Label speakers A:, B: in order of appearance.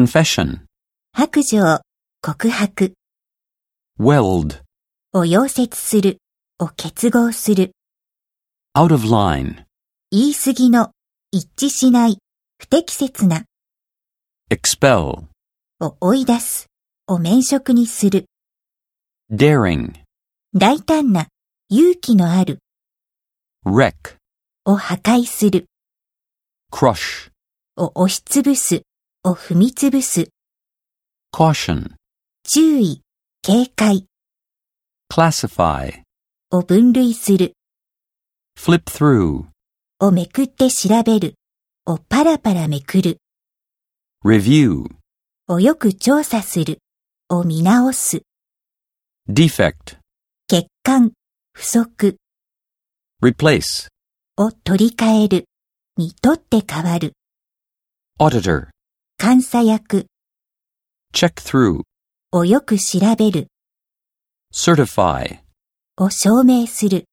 A: confession,
B: 白状、告白、
A: weld,
B: を溶接する、を結合する、
A: out of line,
B: 言い過ぎの、一致しない、不適切な、
A: expel,
B: を追い出す、を免職にする、
A: daring,
B: 大胆な、勇気のある、
A: wreck,
B: を破壊する、
A: crush,
B: を押しつぶす、を踏みつぶす、
A: caution,
B: 注意、警戒、
A: classify,
B: を分類する、
A: flip through,
B: をめくって調べる、をパラパラめくる、
A: review,
B: をよく調査する、を見直す、
A: defect,
B: 欠陥、不足、
A: replace,
B: を取り替える、にとって変わる、
A: auditor,
B: 監査役、
A: check through,
B: をよく調べる、
A: certify,
B: を証明する、